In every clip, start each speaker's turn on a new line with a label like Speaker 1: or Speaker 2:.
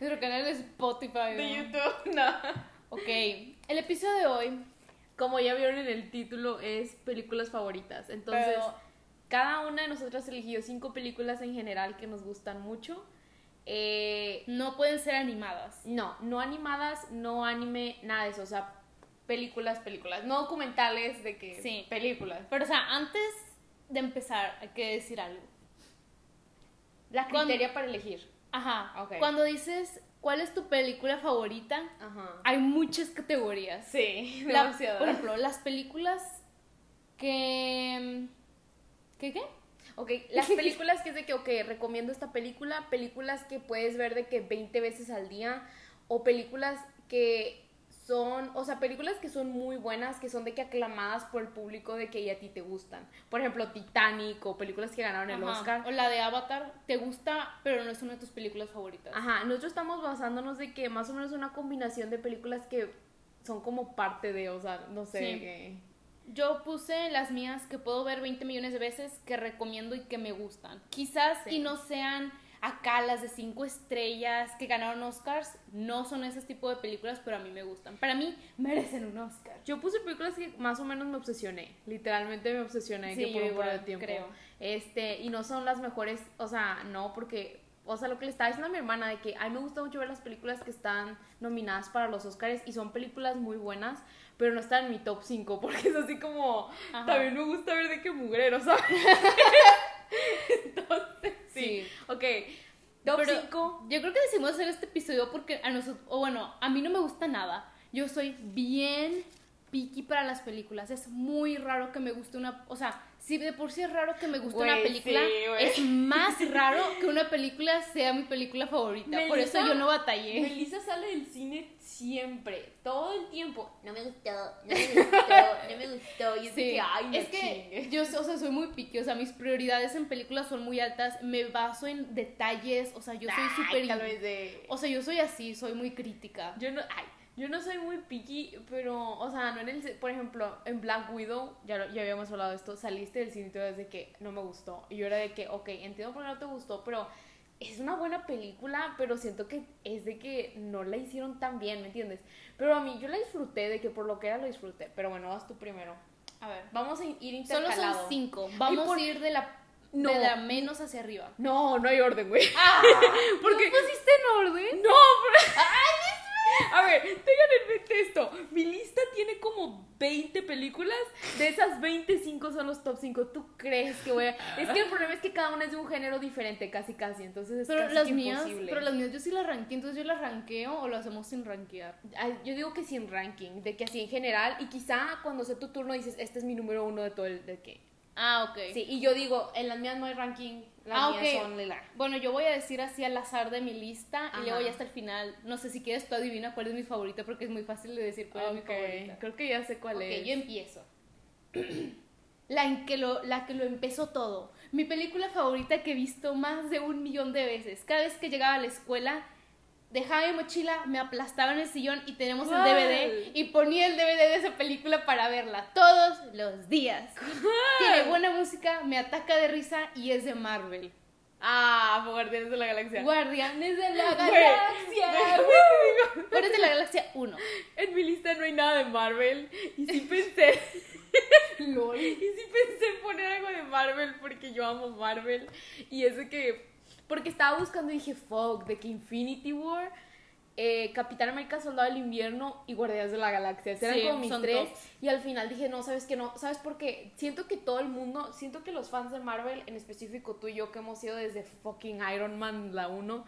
Speaker 1: Nuestro canal de Spotify.
Speaker 2: De
Speaker 1: ¿no?
Speaker 2: YouTube, no.
Speaker 1: Ok, el episodio de hoy, como ya vieron en el título, es películas favoritas. Entonces,
Speaker 2: Pero-
Speaker 1: cada una de nosotras eligió cinco películas en general que nos gustan mucho. Eh,
Speaker 2: No pueden ser animadas.
Speaker 1: no, no animadas, no anime, nada de eso. O sea, películas, películas. No documentales de que...
Speaker 2: Sí.
Speaker 1: Películas.
Speaker 2: Pero, o sea, antes de empezar, hay que decir algo.
Speaker 1: La
Speaker 2: Cuando-
Speaker 1: criteria para elegir.
Speaker 2: Ajá.
Speaker 1: Ok.
Speaker 2: Cuando dices, ¿cuál es tu película favorita?
Speaker 1: Ajá.
Speaker 2: Hay muchas categorías.
Speaker 1: Sí,
Speaker 2: La-
Speaker 1: demasiado.
Speaker 2: por ejemplo, las películas que... ¿Qué qué?
Speaker 1: Ok, las películas que es de que, ok, recomiendo esta película, películas que puedes ver de que 20 veces al día, o películas que son, o sea, películas que son muy buenas, que son de que aclamadas por el público de que y a ti te gustan. Por ejemplo, Titanic o películas que ganaron el
Speaker 2: Ajá.
Speaker 1: Oscar.
Speaker 2: O la de Avatar, te gusta, pero no es una de tus películas favoritas.
Speaker 1: Ajá, nosotros estamos basándonos de que más o menos una combinación de películas que son como parte de, o sea, no sé.
Speaker 2: Sí.
Speaker 1: que-
Speaker 2: Yo puse las mías que puedo ver 20 millones de veces, que recomiendo y que me gustan. Quizás
Speaker 1: Sí.
Speaker 2: y no sean acá las de 5 estrellas que ganaron Oscars, no son ese tipo de películas, pero a mí me gustan. Para mí merecen un Oscar.
Speaker 1: Yo puse películas que más o menos me obsesioné. Literalmente me obsesioné
Speaker 2: Sí,
Speaker 1: que por
Speaker 2: yo
Speaker 1: un
Speaker 2: igual,
Speaker 1: periodo de tiempo.
Speaker 2: creo.
Speaker 1: Este, y no son las mejores, o sea, no, porque, o sea, lo que le estaba diciendo a mi hermana de que a mí me gusta mucho ver las películas que están nominadas para los Oscars y son películas muy buenas, pero no están en mi top 5 porque es así como,
Speaker 2: Ajá.
Speaker 1: también me gusta ver de qué mugrero, ¿sabes? Entonces, sí.
Speaker 2: Sí.
Speaker 1: Ok, top
Speaker 2: Pero
Speaker 1: 5.
Speaker 2: Yo creo que decidimos hacer este episodio porque a nosotros, o bueno, a mí no me gusta nada. Yo soy bien picky para las películas. Es muy raro que me guste una, o sea, si de por sí es raro que me guste una
Speaker 1: Güey,
Speaker 2: película,
Speaker 1: sí, güey.
Speaker 2: es más raro que una película sea mi película favorita. Por eso
Speaker 1: Melissa-
Speaker 2: yo no batallé.
Speaker 1: Melissa sale del cine siempre, todo el tiempo.
Speaker 3: No me gustó, no me gustó, no me gustó. Yo
Speaker 2: Sí,
Speaker 3: dije, ay, no
Speaker 2: es que
Speaker 3: chingues".
Speaker 2: yo, o sea, soy muy picky, o sea, mis prioridades en películas son muy altas, me baso en detalles, o sea, yo soy
Speaker 1: Ay, tal
Speaker 2: súper...
Speaker 1: vez de-
Speaker 2: O sea, yo soy así, soy muy crítica.
Speaker 1: Yo no, ay, yo no soy muy picky, pero, o sea, no en el, ce- por ejemplo, en Black Widow, ya, lo- ya habíamos hablado de esto, saliste del cine y tú eras de que no me gustó. Y yo era de que, ok, entiendo por qué no te gustó, pero es una buena película, pero siento que es de que no la hicieron tan bien, ¿me entiendes? Pero a mí, yo la disfruté, de que por lo que era lo disfruté. Pero bueno, vas tú primero.
Speaker 2: A ver.
Speaker 1: Vamos a in- ir
Speaker 2: Solo
Speaker 1: intercalado.
Speaker 2: son cinco, vamos
Speaker 1: por-
Speaker 2: a ir de la,
Speaker 1: No.
Speaker 2: de la menos hacia arriba.
Speaker 1: No, no hay orden, güey. Porque...
Speaker 2: pusiste en orden?
Speaker 1: No, pero... A ver, tengan en mente esto. Mi lista tiene como 20 películas. De esas 25 son los top 5. ¿Tú crees que voy a.? Es que el problema es que cada una es de un género diferente, casi casi. Entonces es
Speaker 2: Pero
Speaker 1: casi
Speaker 2: las,
Speaker 1: que
Speaker 2: mías,
Speaker 1: imposible.
Speaker 2: pero las mías yo sí las ranqueo, entonces yo las ranqueo o lo hacemos sin ranquear.
Speaker 1: Ay, Yo digo que sin ranking, de que así en general. Y quizá cuando sea tu turno dices, este es mi número uno de todo el. De que.
Speaker 2: Ah, ok.
Speaker 1: Sí, y yo digo, en las mías no hay ranking. Las
Speaker 2: Ah,
Speaker 1: mías
Speaker 2: ok.
Speaker 1: son de la.
Speaker 2: Bueno, yo voy a decir así al azar de mi lista
Speaker 1: Ajá.
Speaker 2: y luego ya hasta el final. No sé si quieres tú adivina cuál es mi favorita porque es muy fácil de decir cuál es mi favorita.
Speaker 1: Ok, creo que ya sé cuál
Speaker 2: Ok,
Speaker 1: es.
Speaker 2: yo empiezo. La, en que lo, la que lo empezó todo. Mi película favorita que he visto más de un millón de veces. Cada vez que llegaba a la escuela, dejaba mi mochila, me aplastaba en el sillón y tenemos
Speaker 1: ¿Cuál?
Speaker 2: el DVD y ponía el DVD de esa película para verla todos los días. Tiene buena música, me ataca de risa y es de Marvel.
Speaker 1: Ah, Guardianes de la Galaxia.
Speaker 2: Guardianes de la
Speaker 1: Güey,
Speaker 2: Galaxia.
Speaker 1: güey, te digo.
Speaker 2: Guardianes de la Galaxia 1.
Speaker 1: En mi lista no hay nada de Marvel. Y sí pensé. Y sí pensé en poner algo de Marvel porque yo amo Marvel. Y es de que. Porque estaba buscando y dije, fuck, de que Infinity War, eh, Capitán América, Soldado del Invierno y Guardianes de la Galaxia. Esos Eran
Speaker 2: Sí,
Speaker 1: como mis
Speaker 2: son
Speaker 1: tres.
Speaker 2: tops.
Speaker 1: Y al final dije, no, sabes que no. ¿Sabes por qué? Siento que todo el mundo, siento que los fans de Marvel, en específico tú y yo, que hemos sido desde fucking Iron Man, la 1,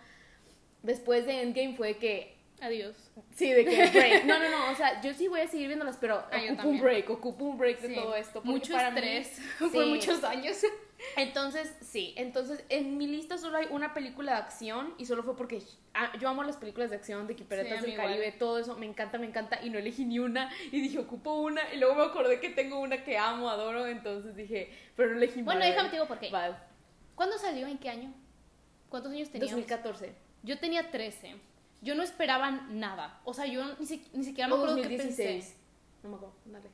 Speaker 1: después de Endgame fue de que
Speaker 2: Adiós.
Speaker 1: Sí, de que break. No, no, no. O sea, yo sí voy a seguir viéndolas, pero
Speaker 2: Ah, yo
Speaker 1: ocupo un
Speaker 2: también.
Speaker 1: break, ocupo un break de
Speaker 2: Sí,
Speaker 1: todo esto. porque
Speaker 2: Mucho
Speaker 1: para mí-
Speaker 2: estrés
Speaker 1: Sí.
Speaker 2: por muchos años.
Speaker 1: Entonces, sí. Entonces, en mi lista solo hay una película de acción y solo fue porque ah, yo amo las películas de acción, de que
Speaker 2: Sí, a
Speaker 1: Piratas
Speaker 2: mí
Speaker 1: del Caribe,
Speaker 2: igual.
Speaker 1: todo eso. Me encanta, me encanta. Y no elegí ni una. Y dije, ocupo una. Y luego me acordé que tengo una que amo, adoro. Entonces dije, pero no elegí
Speaker 2: Bueno,
Speaker 1: Marvel.
Speaker 2: déjame te digo por qué.
Speaker 1: Vas.
Speaker 2: ¿Cuándo salió? ¿En qué año? ¿Cuántos años tenías?
Speaker 1: 2014.
Speaker 2: Yo tenía 13. Yo no esperaba nada. O sea, yo ni, si- ni siquiera me
Speaker 1: O
Speaker 2: acuerdo qué
Speaker 1: 2016.
Speaker 2: pensé.
Speaker 1: No me acuerdo. Dale.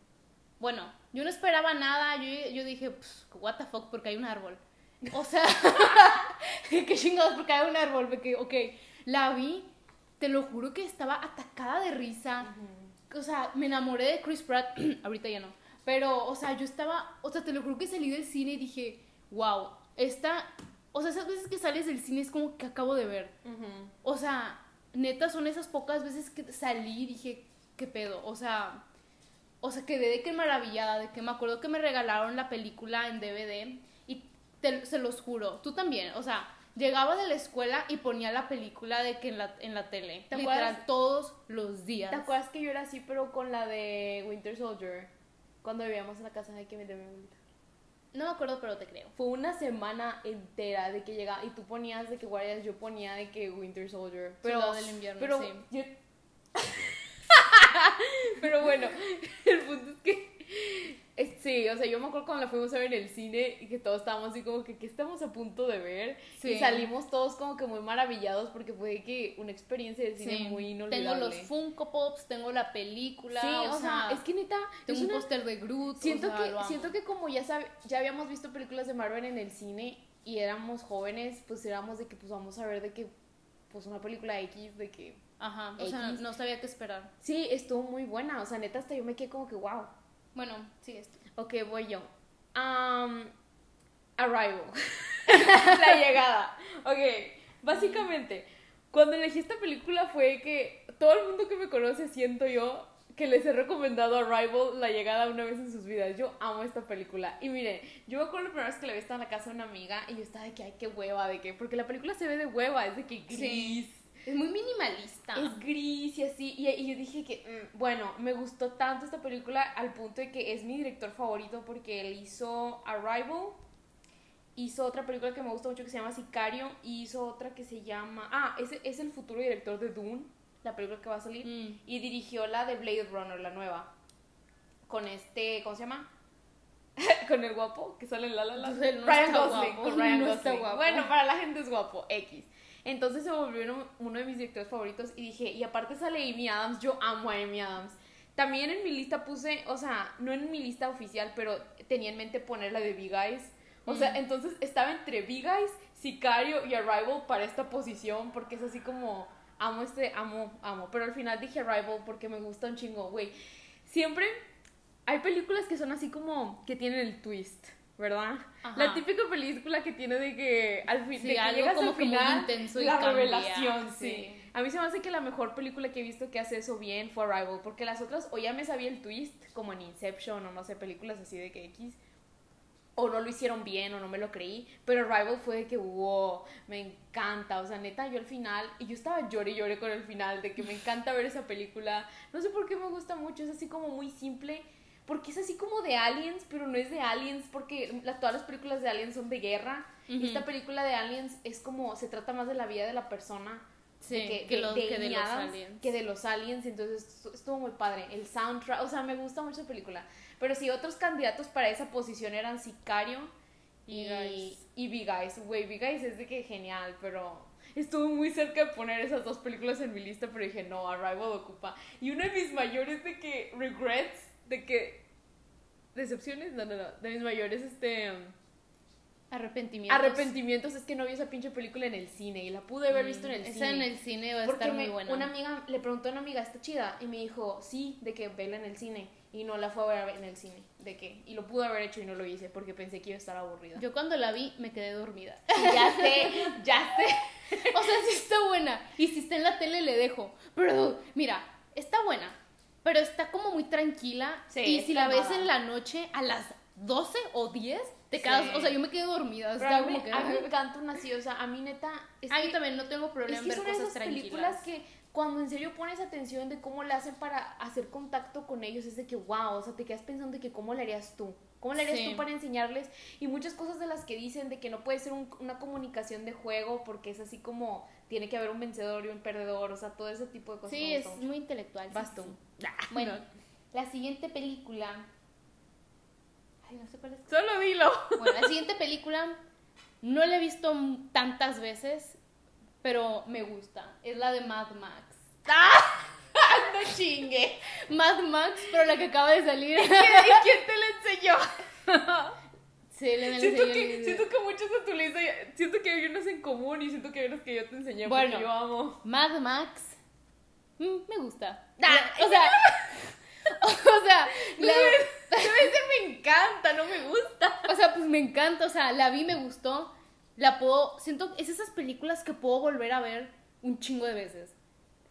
Speaker 2: Bueno, yo no esperaba nada. Yo, yo dije, "Pues, what the fuck, porque hay un árbol. O sea, qué chingados, porque hay un árbol. Porque, ok, la vi te lo juro que estaba atacada de risa. O sea, me enamoré de Chris Pratt, ahorita ya no. Pero, o sea, yo estaba, o sea, te lo juro que salí del cine y dije, wow, esta, o sea, esas veces que sales del cine es como que acabo de ver.
Speaker 1: Ujú.
Speaker 2: O sea, neta son esas pocas veces que salí y dije, ¿qué pedo? O sea, o sea, quedé de que maravillada, de que me acuerdo que me regalaron la película en DVD y te- se los juro, tú también, o sea, llegaba de la escuela y ponía la película de que en la, en la tele,
Speaker 1: ¿Te
Speaker 2: literal,
Speaker 1: acuerdas?
Speaker 2: todos los días.
Speaker 1: ¿Te acuerdas que yo era así, pero con la de Winter Soldier? Cuando vivíamos en la casa de que me de mi abuelita.
Speaker 2: No me acuerdo, pero te creo.
Speaker 1: Fue una semana entera de que llegaba y tú ponías de que guardias, yo ponía de que Winter Soldier. Pero,
Speaker 2: Soldado del invierno,
Speaker 1: pero,
Speaker 2: sí.
Speaker 1: yo- pero bueno, el punto es que. es- Sí, o sea, yo me acuerdo cuando la fuimos a ver en el cine y que todos estábamos así como que, ¿qué estamos a punto de ver?
Speaker 2: Sí.
Speaker 1: Y salimos todos como que muy maravillados porque fue de que una experiencia del cine
Speaker 2: Sí.
Speaker 1: muy inolvidable.
Speaker 2: Tengo los Funko Pops, tengo la película,
Speaker 1: Sí, o, sea, es que neta, es
Speaker 2: tengo un
Speaker 1: una-
Speaker 2: póster de Groot. o
Speaker 1: Siento,
Speaker 2: sea, lo
Speaker 1: que,
Speaker 2: amo.
Speaker 1: siento que como ya, sab- ya habíamos visto películas de Marvel en el cine y éramos jóvenes, pues éramos de que pues vamos a ver de que pues una película X de que
Speaker 2: Ajá, o sea,
Speaker 1: X.
Speaker 2: no sabía qué esperar.
Speaker 1: sí, estuvo muy buena, o sea, neta hasta yo me quedé como que wow.
Speaker 2: Bueno, sí, esto.
Speaker 1: Ok, voy yo. Am, Arrival. La llegada. Ok, básicamente, cuando elegí esta película fue que todo el mundo que me conoce siento yo que les he recomendado Arrival La llegada una vez en sus vidas. Yo amo esta película. Y miren, yo me acuerdo la primera vez que la vi estaba en la casa de una amiga y yo estaba de que, ay, qué hueva, de que, porque la película se ve de hueva, es de que gris.
Speaker 2: Es muy minimalista.
Speaker 1: Es gris y así. Y, y yo dije que, mm, bueno, me gustó tanto esta película al punto de que es mi director favorito porque él hizo Arrival, hizo otra película que me gusta mucho que se llama Sicario y hizo otra que se llama... Ah, es, es el futuro director de Dune, la película que va a salir.
Speaker 2: Mm.
Speaker 1: Y dirigió la de Blade Runner, la nueva. Con este, ¿cómo se llama? con el guapo que sale en La La Land.
Speaker 2: Él no
Speaker 1: Ryan
Speaker 2: está
Speaker 1: Gosling.
Speaker 2: guapo,
Speaker 1: Con Ryan
Speaker 2: no está
Speaker 1: Gosling.
Speaker 2: guapo.
Speaker 1: Bueno, para la gente es guapo, X. Entonces se volvió uno, uno de mis directores favoritos y dije, y aparte sale Amy Adams, yo amo a Amy Adams. También en mi lista puse, o sea, no en mi lista oficial, pero tenía en mente poner la de Big Eyes. O sea,
Speaker 2: Mm.
Speaker 1: entonces estaba entre Big Eyes, Sicario y Arrival para esta posición porque es así como amo este, amo, amo. Pero al final dije Arrival porque me gusta un chingo, güey. Siempre hay películas que son así como que tienen el twist, ¿verdad?
Speaker 2: Ajá.
Speaker 1: La típica película que tiene de que al fin
Speaker 2: Sí,
Speaker 1: de que
Speaker 2: algo
Speaker 1: llegas
Speaker 2: como
Speaker 1: al
Speaker 2: que muy
Speaker 1: final,
Speaker 2: intenso y
Speaker 1: la
Speaker 2: cambia,
Speaker 1: revelación, sí.
Speaker 2: sí.
Speaker 1: A mí se me hace que la mejor película que he visto que hace eso bien fue Arrival, porque las otras o ya me sabía el twist, como en Inception o no sé, películas así de que X o no lo hicieron bien o no me lo creí, pero Arrival fue de que, wow, me encanta, o sea, neta, yo al final, y yo estaba llore y llore con el final, de que me encanta ver esa película, no sé por qué me gusta mucho, es así como muy simple, porque es así como de Aliens, pero no es de Aliens, porque la- todas las películas de Aliens son de guerra, y
Speaker 2: Ujú.
Speaker 1: esta película de Aliens es como, se trata más de la vida de la persona,
Speaker 2: Sí,
Speaker 1: de que,
Speaker 2: que
Speaker 1: de-
Speaker 2: lo-
Speaker 1: de
Speaker 2: que de
Speaker 1: Amy
Speaker 2: los
Speaker 1: Adams,
Speaker 2: aliens.
Speaker 1: que de los aliens, entonces estu- estuvo muy padre. El soundtrack, o sea, me gusta mucho esa película. Pero sí, otros candidatos para esa posición eran Sicario y,
Speaker 2: Big Eyes.
Speaker 1: y Big Eyes. Güey, Big Eyes es de que genial, pero estuve muy cerca de poner esas dos películas en mi lista, pero dije, no, Arrival ocupa. Y uno de mis mayores de que regrets, de que... Decepciones, no, no, no, de mis mayores, este...
Speaker 2: Arrepentimiento.
Speaker 1: Arrepentimientos es que no vi esa pinche película en el cine y la pude haber visto en el cine.
Speaker 2: Mm, Esa en el cine va a
Speaker 1: Porque
Speaker 2: estar
Speaker 1: me-
Speaker 2: muy buena.
Speaker 1: una amiga le preguntó a una amiga, ¿está chida? Y me dijo, sí, de que vela en el cine. Y no la fue a ver en el cine. ¿De que Y lo pude haber hecho y no lo hice porque pensé que iba a estar aburrida.
Speaker 2: Yo cuando la vi me quedé dormida.
Speaker 1: ya sé, ya sé.
Speaker 2: O sea, sí está buena. Y si está en la tele le dejo. Pero mira, está buena. Pero está como muy tranquila.
Speaker 1: Sí,
Speaker 2: y
Speaker 1: es
Speaker 2: si la ves
Speaker 1: calmada.
Speaker 2: en la noche a las 12 o 10, te quedas.
Speaker 1: Sí.
Speaker 2: O sea, yo me quedé dormida.
Speaker 1: Pero
Speaker 2: Está
Speaker 1: a, mí,
Speaker 2: como que.
Speaker 1: a mí me encanta una así, o sea, a mí neta... es
Speaker 2: Ah,
Speaker 1: que-
Speaker 2: yo también no tengo problema
Speaker 1: Es que
Speaker 2: en
Speaker 1: es
Speaker 2: ver
Speaker 1: una de
Speaker 2: cosas
Speaker 1: esas
Speaker 2: tranquilas.
Speaker 1: películas que cuando en serio pones atención de cómo le hacen para hacer contacto con ellos, es de que, wow, o sea, te quedas pensando de que cómo le harías tú. ¿Cómo le harías
Speaker 2: Sí.
Speaker 1: tú para enseñarles? Y muchas cosas de las que dicen de que no puede ser un- una comunicación de juego porque es así como tiene que haber un vencedor y un perdedor, o sea, todo ese tipo de cosas.
Speaker 2: Sí,
Speaker 1: me
Speaker 2: es
Speaker 1: gustó mucho.
Speaker 2: muy intelectual. sí,
Speaker 1: Vas
Speaker 2: sí,
Speaker 1: tú.
Speaker 2: sí. Bueno, la siguiente película. Ay, no sé cuál es.
Speaker 1: Solo dilo.
Speaker 2: Bueno, la siguiente película no la he visto m- tantas veces, pero me gusta. Es la de Mad Max.
Speaker 1: No chingue.
Speaker 2: Mad Max, pero la que acaba de salir.
Speaker 1: ¿Y quién te lo enseñó?
Speaker 2: Sí, le me la
Speaker 1: Siento
Speaker 2: enseñó el
Speaker 1: que,
Speaker 2: video.
Speaker 1: siento que muchos de tu lista, siento que hay unos en común y siento que hay unos que yo te enseñé
Speaker 2: Bueno.
Speaker 1: porque yo amo.
Speaker 2: Mad Max "Mm, me gusta.
Speaker 1: Ah,
Speaker 2: o sea, o sea, la-
Speaker 1: me encanta, no me gusta.
Speaker 2: o sea, pues me encanta, o sea, la vi, me gustó, la puedo, siento, es esas películas que puedo volver a ver un chingo de veces.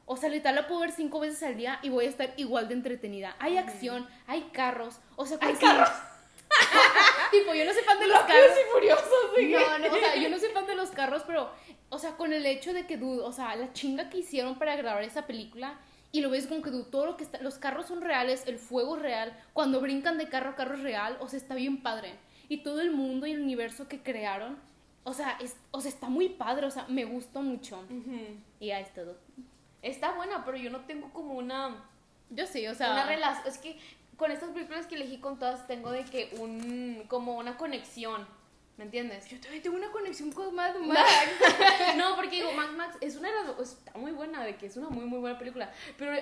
Speaker 2: O sea, literal la puedo ver cinco veces al día y voy a estar igual de entretenida. Hay acción, hay carros, o sea, como que- tipo, yo no soy fan de los carros.
Speaker 1: Rápidos y furiosos. de
Speaker 2: No,
Speaker 1: que-
Speaker 2: no, o sea, yo no soy fan de los carros, pero, o sea, con el hecho de que, dude, o sea, la chinga que hicieron para grabar esa película, y lo ves como que, dude, todo lo que está, los carros son reales, el fuego es real, cuando brincan de carro a carro es real, o sea, está bien padre. Y todo el mundo y el universo que crearon, o sea, es, o sea está muy padre, o sea, me gustó mucho.
Speaker 1: Ujú.
Speaker 2: Y ya es todo.
Speaker 1: Está buena, pero yo no tengo como una...
Speaker 2: Yo sí, o sea.
Speaker 1: una relación. Es que con estas películas que elegí con todas tengo de que un como una conexión. ¿Me entiendes?
Speaker 2: Yo también tengo una conexión con Mad Max.
Speaker 1: no, porque digo, Max Max es una de las. Está muy buena, de que es una muy, muy buena película. Pero,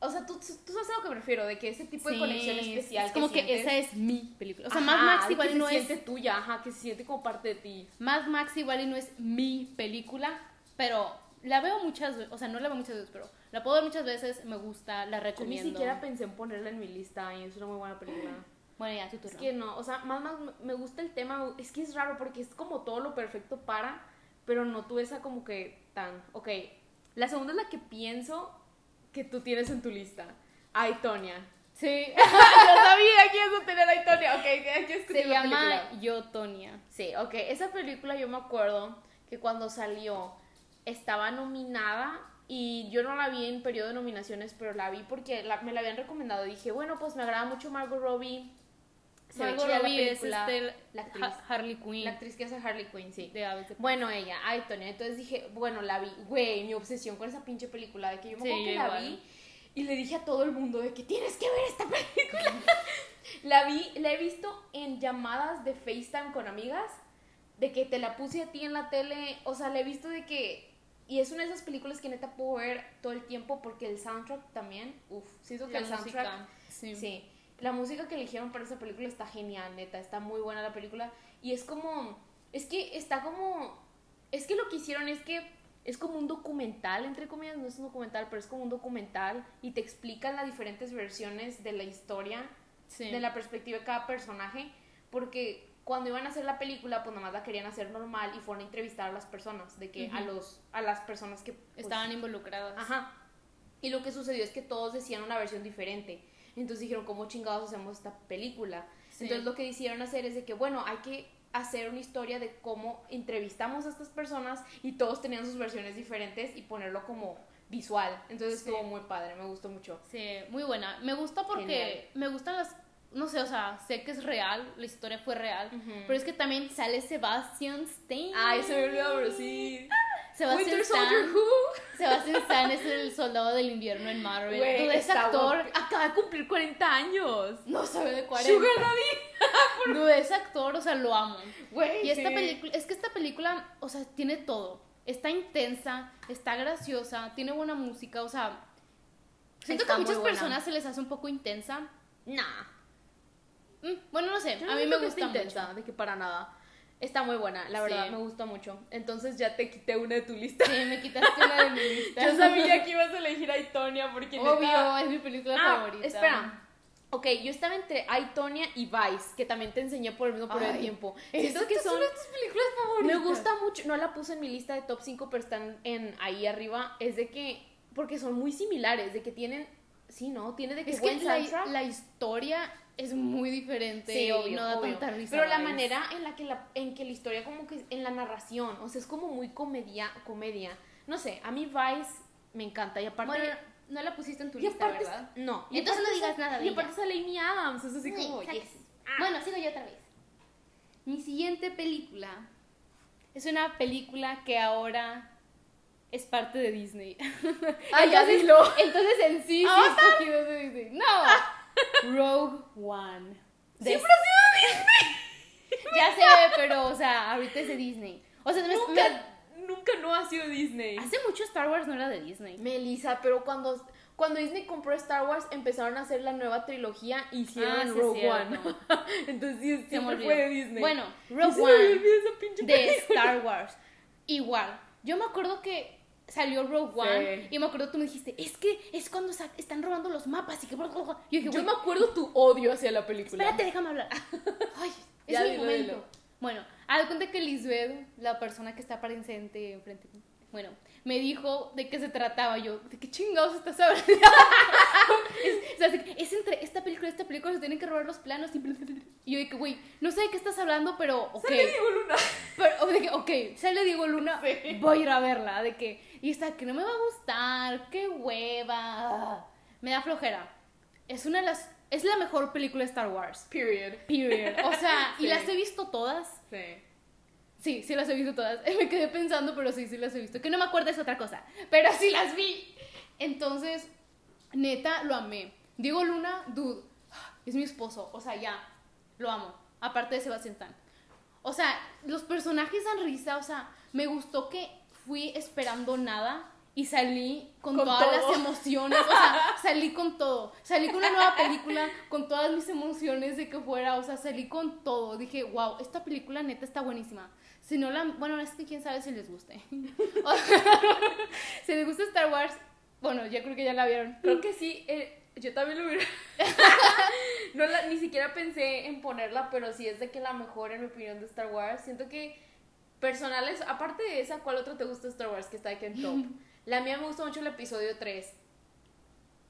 Speaker 1: o sea, tú, tú sabes a lo que me refiero, de que ese tipo de
Speaker 2: Sí,
Speaker 1: conexión especial.
Speaker 2: Es como que,
Speaker 1: sientes-
Speaker 2: esa es mi película. O sea,
Speaker 1: Ajá,
Speaker 2: Mad Max
Speaker 1: de que
Speaker 2: igual no
Speaker 1: se
Speaker 2: es.
Speaker 1: siente tuya, ajá, que se siente como parte de ti.
Speaker 2: Mad Max igual y no es mi película, pero la veo muchas veces, o sea, no la veo muchas veces, pero la puedo ver muchas veces, me gusta, la
Speaker 1: Yo ni
Speaker 2: recomiendo.
Speaker 1: siquiera pensé en ponerla en mi lista y es una muy buena película.
Speaker 2: Bueno, ya, tu
Speaker 1: Es
Speaker 2: turno.
Speaker 1: que no, o sea, más, más me- me gusta el tema, es que es raro porque es como todo lo perfecto para, pero no tuve esa como que tan, ok. La segunda es la que pienso que tú tienes en tu lista, Aitonia.
Speaker 2: Sí,
Speaker 1: Yo sabía que ibas a tener Aitonia, ok, aquí es
Speaker 2: se llama Yo, Tonia.
Speaker 1: Sí, ok, esa película yo me acuerdo que cuando salió estaba nominada y yo no la vi en periodo de nominaciones, pero la vi porque la- me la habían recomendado. Dije, bueno, pues me agrada mucho Margot Robbie. Se ve
Speaker 2: Margot
Speaker 1: chida la
Speaker 2: Robbie es
Speaker 1: película.
Speaker 2: este,
Speaker 1: la actriz.
Speaker 2: Ha- Harley Quinn
Speaker 1: La actriz que hace Harley Quinn, sí.
Speaker 2: de Aves de Presa.
Speaker 1: Bueno, ella, ay, Tonya. Entonces dije, bueno, la vi. Güey, mi obsesión con esa pinche película de que yo me
Speaker 2: Sí,
Speaker 1: acuerdo que
Speaker 2: yo
Speaker 1: la
Speaker 2: igual.
Speaker 1: vi y le dije a todo el mundo de que tienes que ver esta película. la vi, la he visto en llamadas de FaceTime con amigas, de que te la puse a ti en la tele. O sea, la he visto de que. Y es una de esas películas que neta puedo ver todo el tiempo porque el soundtrack también, uff, siento que el
Speaker 2: La
Speaker 1: soundtrack
Speaker 2: música. Sí.
Speaker 1: Sí. La música que eligieron para esa película está genial, neta. Está muy buena la película. Y es como. Es que está como. Es que lo que hicieron es que. Es como un documental, entre comillas, no es un documental, pero es como un documental y te explican las diferentes versiones de la historia,
Speaker 2: Sí.
Speaker 1: de la perspectiva de cada personaje, porque cuando iban a hacer la película, pues nada más la querían hacer normal y fueron a entrevistar a las personas, de que a
Speaker 2: Ujú.
Speaker 1: los a las personas que pues,
Speaker 2: Estaban involucradas.
Speaker 1: Ajá. Y lo que sucedió es que todos decían una versión diferente. Entonces dijeron, ¿cómo chingados hacemos esta película?
Speaker 2: Sí.
Speaker 1: Entonces lo que decidieron hacer es de que, bueno, hay que hacer una historia de cómo entrevistamos a estas personas y todos tenían sus versiones diferentes y ponerlo como visual. Entonces
Speaker 2: Sí.
Speaker 1: estuvo muy padre, me gustó mucho.
Speaker 2: Sí, muy buena. Me gusta porque
Speaker 1: Genial.
Speaker 2: me gustan las, no sé, o sea, sé que es real, la historia fue real, pero es que también sale Sebastian Stein.
Speaker 1: Ay, se me olvidó, pero sí.
Speaker 2: Sebastian
Speaker 1: Ah, Winter Soldier
Speaker 2: Stan.
Speaker 1: Who.
Speaker 2: Sebastian Stan es el soldado del invierno en Marvel.
Speaker 1: Güey,
Speaker 2: Todo ese
Speaker 1: está
Speaker 2: actor
Speaker 1: guapo. Acaba de cumplir 40 años.
Speaker 2: no sabe de 40.
Speaker 1: Sugar Daddy.
Speaker 2: Dude, ese actor, o sea, lo amo.
Speaker 1: Güey,
Speaker 2: Y esta
Speaker 1: sí.
Speaker 2: película, es que esta película, o sea, tiene todo. Está intensa, está graciosa, tiene buena música, o sea, siento
Speaker 1: Está
Speaker 2: que a
Speaker 1: muy
Speaker 2: muchas
Speaker 1: buena.
Speaker 2: personas se les hace un poco intensa.
Speaker 1: Nah.
Speaker 2: Mm, bueno, no sé,
Speaker 1: Yo no
Speaker 2: a mí me
Speaker 1: siento que esté
Speaker 2: gusta mucho.
Speaker 1: intensa, de que para nada. Está muy buena, la verdad,
Speaker 2: Sí.
Speaker 1: me gusta mucho. Entonces ya te quité una de tu lista.
Speaker 2: Sí, me quitaste una de mi lista.
Speaker 1: Yo sabía que ibas a elegir a Itonia porque neta-
Speaker 2: Obvio, es mi película
Speaker 1: Ah,
Speaker 2: favorita.
Speaker 1: espera. Ok, yo estaba entre Aitonia y Vice, que también te enseñé por el mismo periodo de
Speaker 2: Ay,
Speaker 1: tiempo.
Speaker 2: Siento
Speaker 1: Siento que son...
Speaker 2: tus películas
Speaker 1: Me
Speaker 2: favoritas.
Speaker 1: gusta mucho, no la puse en mi lista de top 5, pero están en ahí arriba. Es de que... Porque son muy similares, de que tienen... Sí, ¿no? Tiene de que
Speaker 2: Es que
Speaker 1: buen
Speaker 2: la,
Speaker 1: soundtrack.
Speaker 2: la historia es muy diferente
Speaker 1: Sí,
Speaker 2: y
Speaker 1: obvio,
Speaker 2: no da
Speaker 1: obvio.
Speaker 2: tanta risa.
Speaker 1: Pero la
Speaker 2: ¿ves?
Speaker 1: manera en la que la, en que la historia como que en la narración, o sea, es como muy comedia, comedia. No sé, a mí Vice me encanta y aparte
Speaker 2: Bueno, no la pusiste en tu
Speaker 1: y
Speaker 2: lista,
Speaker 1: aparte
Speaker 2: ¿verdad?
Speaker 1: no, y aparte
Speaker 2: Entonces no digas
Speaker 1: sale-
Speaker 2: nada de
Speaker 1: Y
Speaker 2: ella.
Speaker 1: aparte sale Amy Adams, es así como
Speaker 2: Sí,
Speaker 1: yes.
Speaker 2: sacas.
Speaker 3: Ah.
Speaker 2: Bueno, sigo yo otra vez. Mi siguiente película es una película que ahora es parte de Disney.
Speaker 3: Ah,
Speaker 1: Ay, ya
Speaker 2: entonces,
Speaker 1: dilo.
Speaker 2: entonces en sí, sí
Speaker 1: Avatar.
Speaker 2: es cogido de Disney. No. Rogue One. De-
Speaker 1: Siempre ha sido
Speaker 2: ya sé, pero o sea, ahorita es de Disney. O sea, me-
Speaker 1: Disney.
Speaker 2: me-
Speaker 1: Nunca, nunca no ha sido Disney.
Speaker 2: hace mucho Star Wars no era de Disney.
Speaker 1: Melissa, pero cuando cuando Disney compró Star Wars empezaron a hacer la nueva trilogía y hicieron
Speaker 2: Ah, sí es
Speaker 1: Rogue One.
Speaker 2: cierto.
Speaker 1: Entonces sí,
Speaker 2: Se me
Speaker 1: siempre
Speaker 2: olvidó.
Speaker 1: fue de Disney.
Speaker 2: Bueno,
Speaker 1: Y
Speaker 2: Rogue
Speaker 1: se me había
Speaker 2: One
Speaker 1: olvidado esa pinche
Speaker 2: de Star Wars. Igual, yo me acuerdo que salió Rogue One
Speaker 1: Sí.
Speaker 2: y me acuerdo tú me dijiste, es que es cuando sa- están robando los mapas y que... bla, bla, bla". Yo dije,
Speaker 1: Yo
Speaker 2: "Güey,
Speaker 1: me acuerdo tu odio hacia la película.
Speaker 2: Espérate, déjame hablar. Ay, es
Speaker 1: Ya
Speaker 2: mi
Speaker 1: dilo,
Speaker 2: momento.
Speaker 1: dilo.
Speaker 2: Bueno, haz de cuenta que Lisbeth, la persona que está presente enfrente de mí, bueno, me dijo de qué se trataba. Yo, ¿de qué chingados estás hablando? es, o sea, es, es entre esta película y esta película, se tienen que robar los planos. Y, y yo dije, güey, no sé de qué estás hablando, pero ok.
Speaker 1: Sale Diego Luna.
Speaker 2: Pero, de que, ok, sale Diego Luna,
Speaker 1: Sí.
Speaker 2: voy a ir a verla. De que, y está, que no me va a gustar, qué hueva. Me da flojera. Es una de las. Es la mejor película de Star Wars.
Speaker 1: Period.
Speaker 2: Period. O sea,
Speaker 1: Sí.
Speaker 2: y las he visto todas.
Speaker 1: Sí.
Speaker 2: Sí, sí las he visto todas. Me quedé pensando, pero sí, sí las he visto. Que no me acuerdo es otra cosa. Pero sí las vi. Entonces, neta, lo amé. Diego Luna, dude, es mi esposo. O sea, ya, lo amo. Aparte de Sebastián Stan. O sea, los personajes dan risa. O sea, me gustó que fui esperando nada y salí con,
Speaker 1: Con
Speaker 2: todas
Speaker 1: todo.
Speaker 2: las emociones. O sea, salí con todo. Salí con una nueva película, con todas mis emociones de que fuera. O sea, salí con todo. Dije, wow, esta película neta está buenísima. Si no la. Bueno, es que quién sabe si les guste. O sea, si les gusta Star Wars, bueno, ya creo que ya la vieron.
Speaker 1: Creo que sí, eh, yo también lo hubiera. no la- ni siquiera pensé en ponerla, pero sí es de que la mejor, en mi opinión, de Star Wars. Siento que personales, aparte de esa, ¿cuál otro te gusta de Star Wars que está aquí en top? La mía me gusta mucho el episodio 3.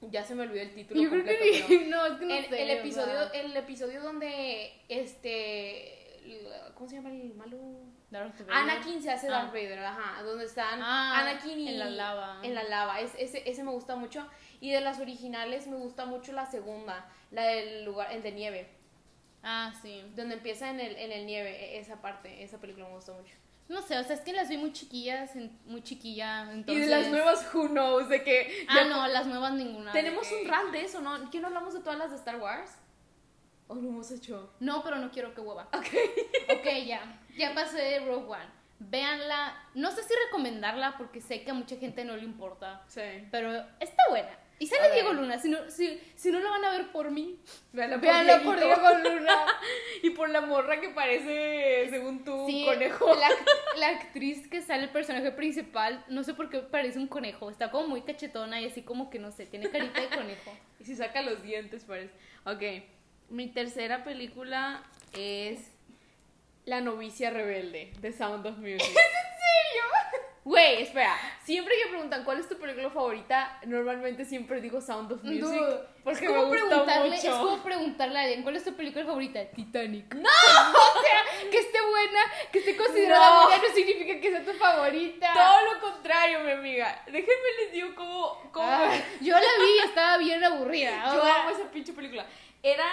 Speaker 1: Ya se me olvidó el título.
Speaker 2: Yo creo
Speaker 1: completo,
Speaker 2: que
Speaker 1: pero-
Speaker 2: ni- no, es que no
Speaker 1: el,
Speaker 2: sé,
Speaker 1: el
Speaker 2: o
Speaker 1: episodio,
Speaker 2: sea.
Speaker 1: el episodio donde este la- ¿cómo se llama el malo?
Speaker 2: Darth Vader.
Speaker 1: Anakin se hace
Speaker 2: Ah.
Speaker 1: Darth Vader, ajá, donde están
Speaker 2: Ah,
Speaker 1: Anakin y
Speaker 2: en la lava.
Speaker 1: en la lava. Es- ese, ese me gusta mucho y de las originales me gusta mucho la segunda, la del lugar el de nieve,
Speaker 2: Ah, sí.
Speaker 1: donde empieza en el en el nieve e- esa parte, esa película me gusta mucho.
Speaker 2: No sé, o sea, es que las vi muy chiquillas, en- muy chiquilla, entonces...
Speaker 1: who knows de que
Speaker 2: Ah, no, las nuevas ninguna.
Speaker 1: tenemos
Speaker 2: de que-
Speaker 1: un rant de eso, ¿no? ¿Qué no hablamos de todas las de Star Wars? ¿O Oh, lo hemos hecho?
Speaker 2: No, pero no quiero que hueva. Ok. ok, ya. Ya pasé de Rogue One. Véanla. No sé si recomendarla porque sé que a mucha gente no le importa,
Speaker 1: Sí.
Speaker 2: pero está buena. Y sale
Speaker 1: A
Speaker 2: Diego
Speaker 1: ver.
Speaker 2: Luna, si no, si, si no lo van a ver por mí,
Speaker 1: Veanla
Speaker 2: véanla por
Speaker 1: Dieguito.
Speaker 2: Diego Luna.
Speaker 1: Y por la morra que parece, según tú,
Speaker 2: Sí,
Speaker 1: un conejo.
Speaker 2: La, act- la actriz que sale el personaje principal, no sé por qué parece un conejo. Está como muy cachetona y así como que no sé, tiene carita de conejo.
Speaker 1: Y si saca los dientes, parece. Ok. Mi tercera película es La novicia rebelde, de Sound of Music. ¿Es en serio? Güey, espera. Siempre que preguntan cuál es tu película favorita, normalmente siempre digo Sound of Music.
Speaker 2: Dude,
Speaker 1: porque
Speaker 2: es como
Speaker 1: me gusta
Speaker 2: preguntarle, Es
Speaker 1: mucho.
Speaker 2: como preguntarle a alguien cuál es tu película favorita. Titanic. ¡No! o sea, que esté buena, que esté considerada
Speaker 1: No.
Speaker 2: buena, no significa que sea tu favorita. Ah,
Speaker 1: Todo lo contrario, mi amiga. Déjenme les digo cómo, cómo
Speaker 2: Ah, yo la vi y estaba bien aburrida.
Speaker 1: yo
Speaker 2: o sea,
Speaker 1: amo esa pinche película. Era,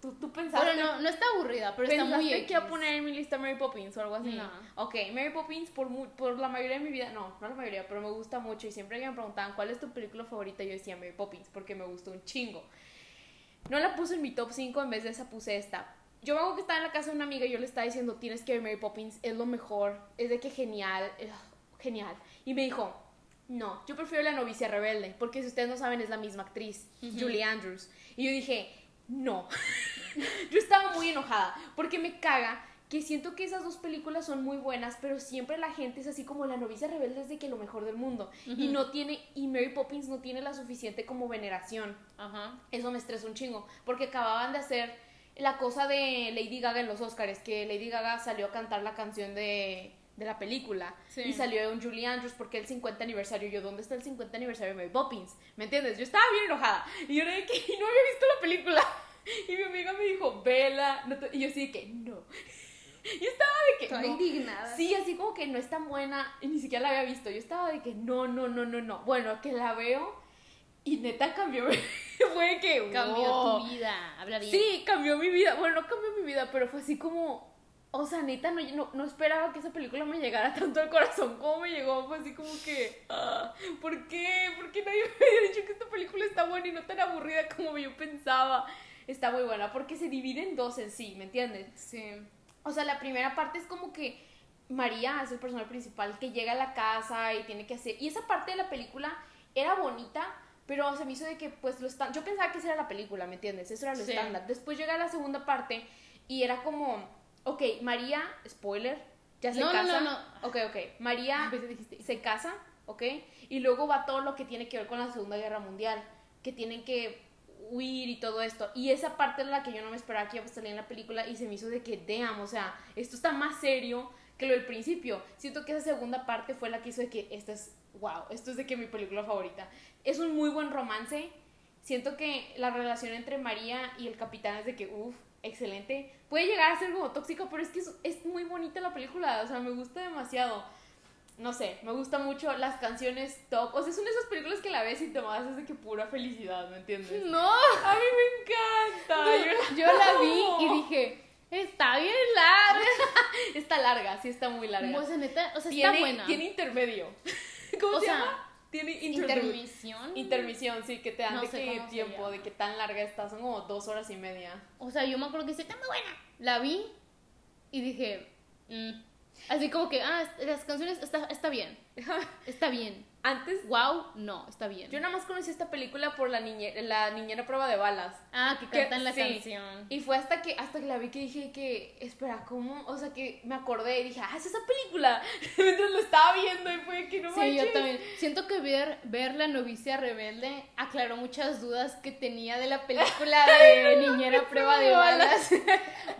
Speaker 1: tú, tú pensaste
Speaker 2: bueno, no, no está aburrida, pero está
Speaker 1: Pensaste
Speaker 2: muy
Speaker 1: que iba a
Speaker 2: X.
Speaker 1: poner en mi lista Mary Poppins o algo así.
Speaker 2: No.
Speaker 1: Ok, Mary Poppins por, mu- por la mayoría de mi vida, no, no la mayoría, pero me gusta mucho y siempre que me preguntaban cuál es tu película favorita, yo decía Mary Poppins porque me gustó un chingo. No la puse en mi top 5, en vez de esa puse esta. Yo me acuerdo que estaba en la casa de una amiga y yo le estaba diciendo, tienes que ver Mary Poppins, es lo mejor, es de que genial, eh, genial. Y me dijo, no, yo prefiero La novicia rebelde, porque si ustedes no saben es la misma actriz, Julie Andrews. Y yo dije, no. yo estaba muy enojada, porque me caga que siento que esas dos películas son muy buenas, pero siempre la gente es así como La novicia rebelde es de que lo mejor del mundo. Y
Speaker 2: Ujú.
Speaker 1: no tiene, y Mary Poppins no tiene la suficiente como veneración.
Speaker 2: Ajá.
Speaker 1: Eso me estresó un chingo, porque acababan de hacer la cosa de Lady Gaga en los Oscars, que Lady Gaga salió a cantar la canción de, de la película
Speaker 2: Sí.
Speaker 1: y salió un Julie Andrews porque el 50 aniversario, yo, ¿dónde está el 50 aniversario de Mary Poppins? ¿Me entiendes? Yo estaba bien enojada y yo era de que "Y no había visto la película y mi amiga me dijo, vela, no te-". y yo así de que no. Yo estaba de que
Speaker 2: Estaba
Speaker 1: no.
Speaker 2: indignada.
Speaker 1: Sí, así como que no es tan buena y ni siquiera la había visto. Yo estaba de que no, no, no, no, no. Bueno, que la veo y neta cambió. mi- fue de que
Speaker 2: Cambió
Speaker 1: wow.
Speaker 2: tu vida, habla bien.
Speaker 1: Sí, cambió mi vida. Bueno, no cambió mi vida, pero fue así como. O sea, neta, no, no, no esperaba que esa película me llegara tanto al corazón como me llegó. Fue así como que. ah, ¿Por qué? ¿Por qué nadie me había dicho que esta película está buena y no tan aburrida como yo pensaba? Está muy buena porque se divide en dos en sí, ¿me entiendes?
Speaker 2: Sí.
Speaker 1: O sea, la primera parte es como que María es el personaje principal que llega a la casa y tiene que hacer. Y esa parte de la película era bonita, pero se me hizo de que, pues, lo están. Yo pensaba que esa era la película, ¿me entiendes? Eso era lo
Speaker 2: Sí.
Speaker 1: estándar. Después llega la segunda parte y era como, ok, María, spoiler, ya se
Speaker 2: No, no,
Speaker 1: casa. Ah,
Speaker 2: no, no.
Speaker 1: Ok, ok. María
Speaker 2: A veces dijiste,
Speaker 1: se casa, ¿ok? Y luego va todo lo que tiene que ver con la Segunda Guerra Mundial, que tienen que huir y todo esto. Y esa parte era la que yo no me esperaba que iba a salir en la película y se me hizo de que, damn, o sea, esto está más serio que lo del principio. Siento que esa segunda parte fue la que hizo de que esta es, wow, esto es de que mi película favorita. Es un muy buen romance. Siento que la relación entre María y el capitán es de que, uff, excelente. Puede llegar a ser como tóxico, pero es que es, es muy bonita la película, o sea, me gusta demasiado. No sé, me gusta mucho las canciones top. O sea, son esas películas que la ves y te vas de que pura felicidad, ¿me entiendes?
Speaker 2: No,
Speaker 1: A mí me encanta. Yo la-
Speaker 2: yo la vi y
Speaker 1: amo.
Speaker 2: dije, está bien larga.
Speaker 1: Está larga, sí está muy larga.
Speaker 2: O sea, neta, o sea,
Speaker 1: tiene,
Speaker 2: está buena.
Speaker 1: tiene intermedio. ¿Cómo
Speaker 2: O
Speaker 1: se
Speaker 2: sea,
Speaker 1: llama? Tiene intermedio.
Speaker 2: intermisión.
Speaker 1: Intermisión, sí, que te dan
Speaker 2: No
Speaker 1: de
Speaker 2: sé
Speaker 1: qué
Speaker 2: cómo se
Speaker 1: tiempo,
Speaker 2: llama.
Speaker 1: de qué tan larga está, son como dos horas y media.
Speaker 2: O sea, yo me acuerdo que dice, está muy buena. La vi y dije, mm. así como que, ah, las canciones está, está bien. Está bien.
Speaker 1: Antes,
Speaker 2: Wow, no, está bien.
Speaker 1: yo nada más conocí esta película por la, niñe, la niñera prueba de balas.
Speaker 2: Ah, que
Speaker 1: Que-
Speaker 2: cantan la
Speaker 1: sí.
Speaker 2: canción.
Speaker 1: Y fue hasta que hasta que la vi que dije que, espera, ¿cómo? O sea, que me acordé y dije, ah, es esa película. Mientras lo estaba viendo y fue que no
Speaker 2: Sí, yo
Speaker 1: manches.
Speaker 2: también. Siento que ver, ver la novicia rebelde aclaró muchas dudas que tenía de la película de Niñera Prueba de Balas.